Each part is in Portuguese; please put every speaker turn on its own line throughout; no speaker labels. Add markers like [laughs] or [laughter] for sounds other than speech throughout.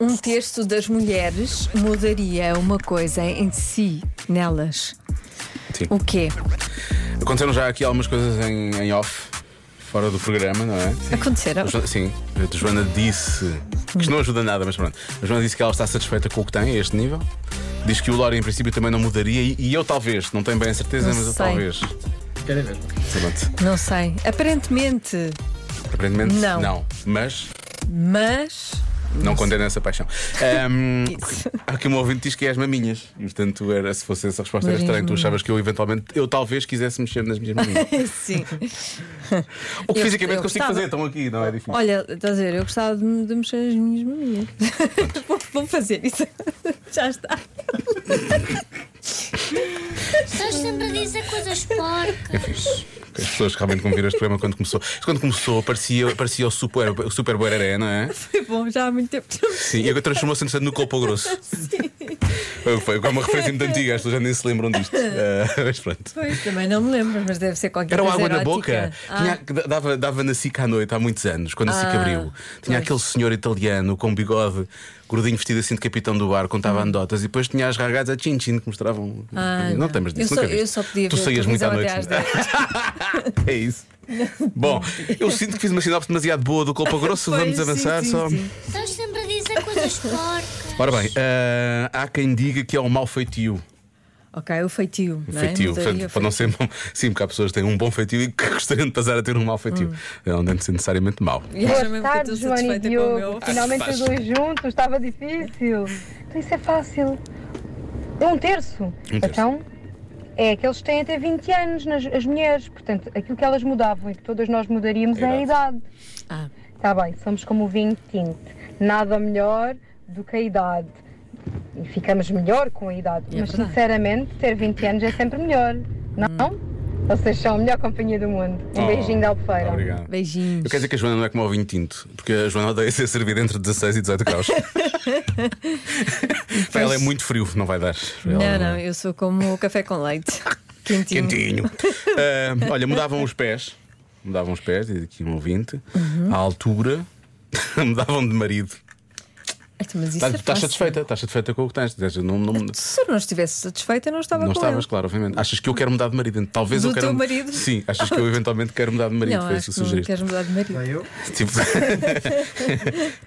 Um terço das mulheres mudaria uma coisa em si, nelas.
Sim.
O quê?
Aconteceram já aqui algumas coisas em, em off, fora do programa, não é?
Aconteceram?
A Jo- Sim, a Joana disse que isto não ajuda nada, mas pronto. A Joana disse que ela está satisfeita com o que tem a este nível. Diz que o Lore em princípio também não mudaria e, e eu talvez, não tenho bem a certeza,
Não
mas eu
sei.
talvez.
Querem mesmo?
Pronto.
Não sei. Aparentemente,
Aparentemente
Não.
Mas
mas.
não condena essa paixão. Ahm,
Isso. [laughs]
há aqui um ouvinte que diz que é as maminhas. E portanto, era, se fosse essa a resposta era
Marinhas
estranha. Tu
maminhas.
achavas que eu eventualmente, eu talvez quisesse mexer nas
[laughs]
minhas maminhas.
Sim.
O que
Eu-
fisicamente
eu
consigo
gostava.
fazer, estão aqui, não é difícil.
Olha, estás a ver, eu gostava de, de mexer as minhas maminhas. [laughs] vou, vou fazer isso. [laughs] Já está.
pessoas sempre dizem coisas
Enfim,
porcas.
É As pessoas realmente como viram este programa quando começou. Isto Quando começou, parecia, parecia o Super, o super Boeraré, não é?
Foi bom, já há muito tempo.
Sim, e agora transformou-se entretanto, no Copo Grosso. Foi, foi uma referência muito antiga, as pessoas já nem se lembram disto. Ah, mas pronto.
Pois, também não me lembro, mas deve ser qualquer
Era o
coisa.
água na
erótica.
boca.
Ah,
Tinha- que da- dava, dava na SICA à noite, há muitos anos, quando a SICA
Ah,
abriu. Tinha aquele senhor italiano com um bigode, gordinho vestido assim de capitão do bar, contava anedotas e depois tinha as ragadas a chin-chin que mostravam.
Hum.
um
Ah,
não,
não.
temos disso,
Eu só-
nunca viste.
eu só podia
Tu
ver
saías muito à noite.
televisão até
[laughs] é isso.
[laughs]
Bom, eu sinto que fiz uma sinopse demasiado boa do Copa Grosso,
pois,
vamos
sim,
avançar
sim,
só.
sim.
Estás sempre a dizer coisas porcas.
Ora bem, ah, há quem diga que é um mau feitio.
Ok, o feitio. não é?
feitio,
Mudaria
portanto,
o
para não
feitio.
ser bom. [laughs] Sim, porque há pessoas que têm um bom feitio e que [laughs] gostariam de passar a ter um mau feitio.
Hum.
Não deve ser necessariamente mau.
E acho mesmo
Boa
que
tarde,
estou
Joana e
satisfeita com o meu.
Diogo. Finalmente os dois juntos, estava difícil. Então isso é fácil. Um terço.
terço.
Então é que eles têm até 20 anos, nas, as mulheres. Portanto, aquilo que elas mudavam e que todas nós mudaríamos é a idade.
Ah.
Está bem, somos como o vinho tinto. Nada melhor do que a idade. E ficamos melhor com a idade.
É
Mas
verdade.
sinceramente, ter 20 anos é sempre melhor. Não?
Hum.
Vocês são a melhor companhia do mundo. Um
Oh,
beijinho da Albufeira.
Obrigado.
Beijinhos.
Eu quero dizer que a Joana não é como o vinho tinto, porque a Joana odeia ser servida entre 16 e
[laughs]
18 graus. Para ela é muito frio, não vai dar. Para ela
Não, não, eu sou como o café com
[laughs]
leite. Quentinho.
Quentinho. Ah, olha, mudavam os pés. Mudavam os pés, diz aqui um ouvinte.
Uhum.
À altura, [laughs] mudavam de marido.
Ai, Mas isso
Estás,
é
estás
fácil.
satisfeita? Estás satisfeita com o que tens? Dizes, Não, não,
Se eu não estivesse satisfeita, eu não estava
não
com
estavas,
ele.
claro, obviamente. Achas que eu quero mudar de marido? Então, Talvez
Do
eu quero.
teu marido?
Sim,
[laughs]
achas que eu eventualmente quero mudar de marido?
Não,
foi
acho
isso
que
que
não
sugeriste.
queres mudar de marido.
Já eu?
Tipo...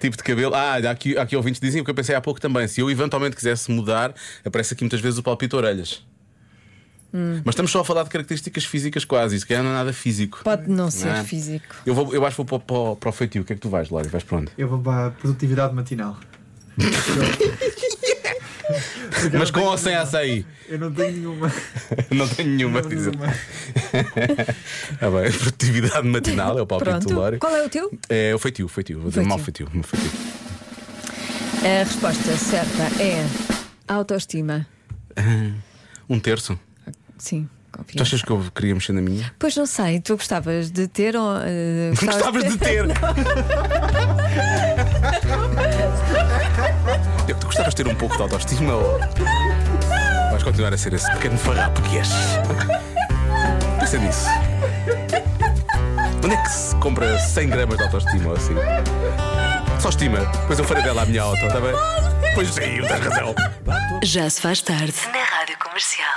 [laughs] tipo de cabelo. Ah, há aqui, há aqui ouvintes que diziam que eu pensei há pouco também. Se eu eventualmente quisesse mudar, aparece aqui muitas vezes o palpite orelhas.
Hum.
Mas estamos só a falar de características físicas quase, isso que não é nada físico.
Pode não ser
é?
físico.
Eu, vou, eu acho que vou para, o- para, o- para o feitio. O que é que tu vais, Lória? Vais para onde?
Eu vou para a produtividade matinal. Porque eu
Mas
não
com
tenho
ou sem
nenhuma.
açaí? [laughs]
Eu não tenho nenhuma.
Não tenho nenhuma,
Não,
diz ele.
nenhuma.
Ah, bem, [laughs] produtividade matinal é o palpite do
Pronto.
Lória.
Qual é o teu?
É o feitio, o feitio. Vou dizer
Feitio.
mau feitio. mau feitio.
A resposta certa é autoestima.
Um terço.
Sim,
Tu
confiança.
achas que eu queria mexer na minha?
Pois não sei, tu gostavas de ter ou. eh,
[laughs] Gostavas de ter. Diogo, tu gostavas de ter um pouco de autoestima ou. Vais continuar a ser esse pequeno farrapo que és. Pensa nisso. Onde é que se compra 100 gramas de autoestima ou assim? Só estima. Depois eu farei dela tá a minha auto, está bem? Pois sim, tens razão.
Já se faz tarde na Rádio Comercial.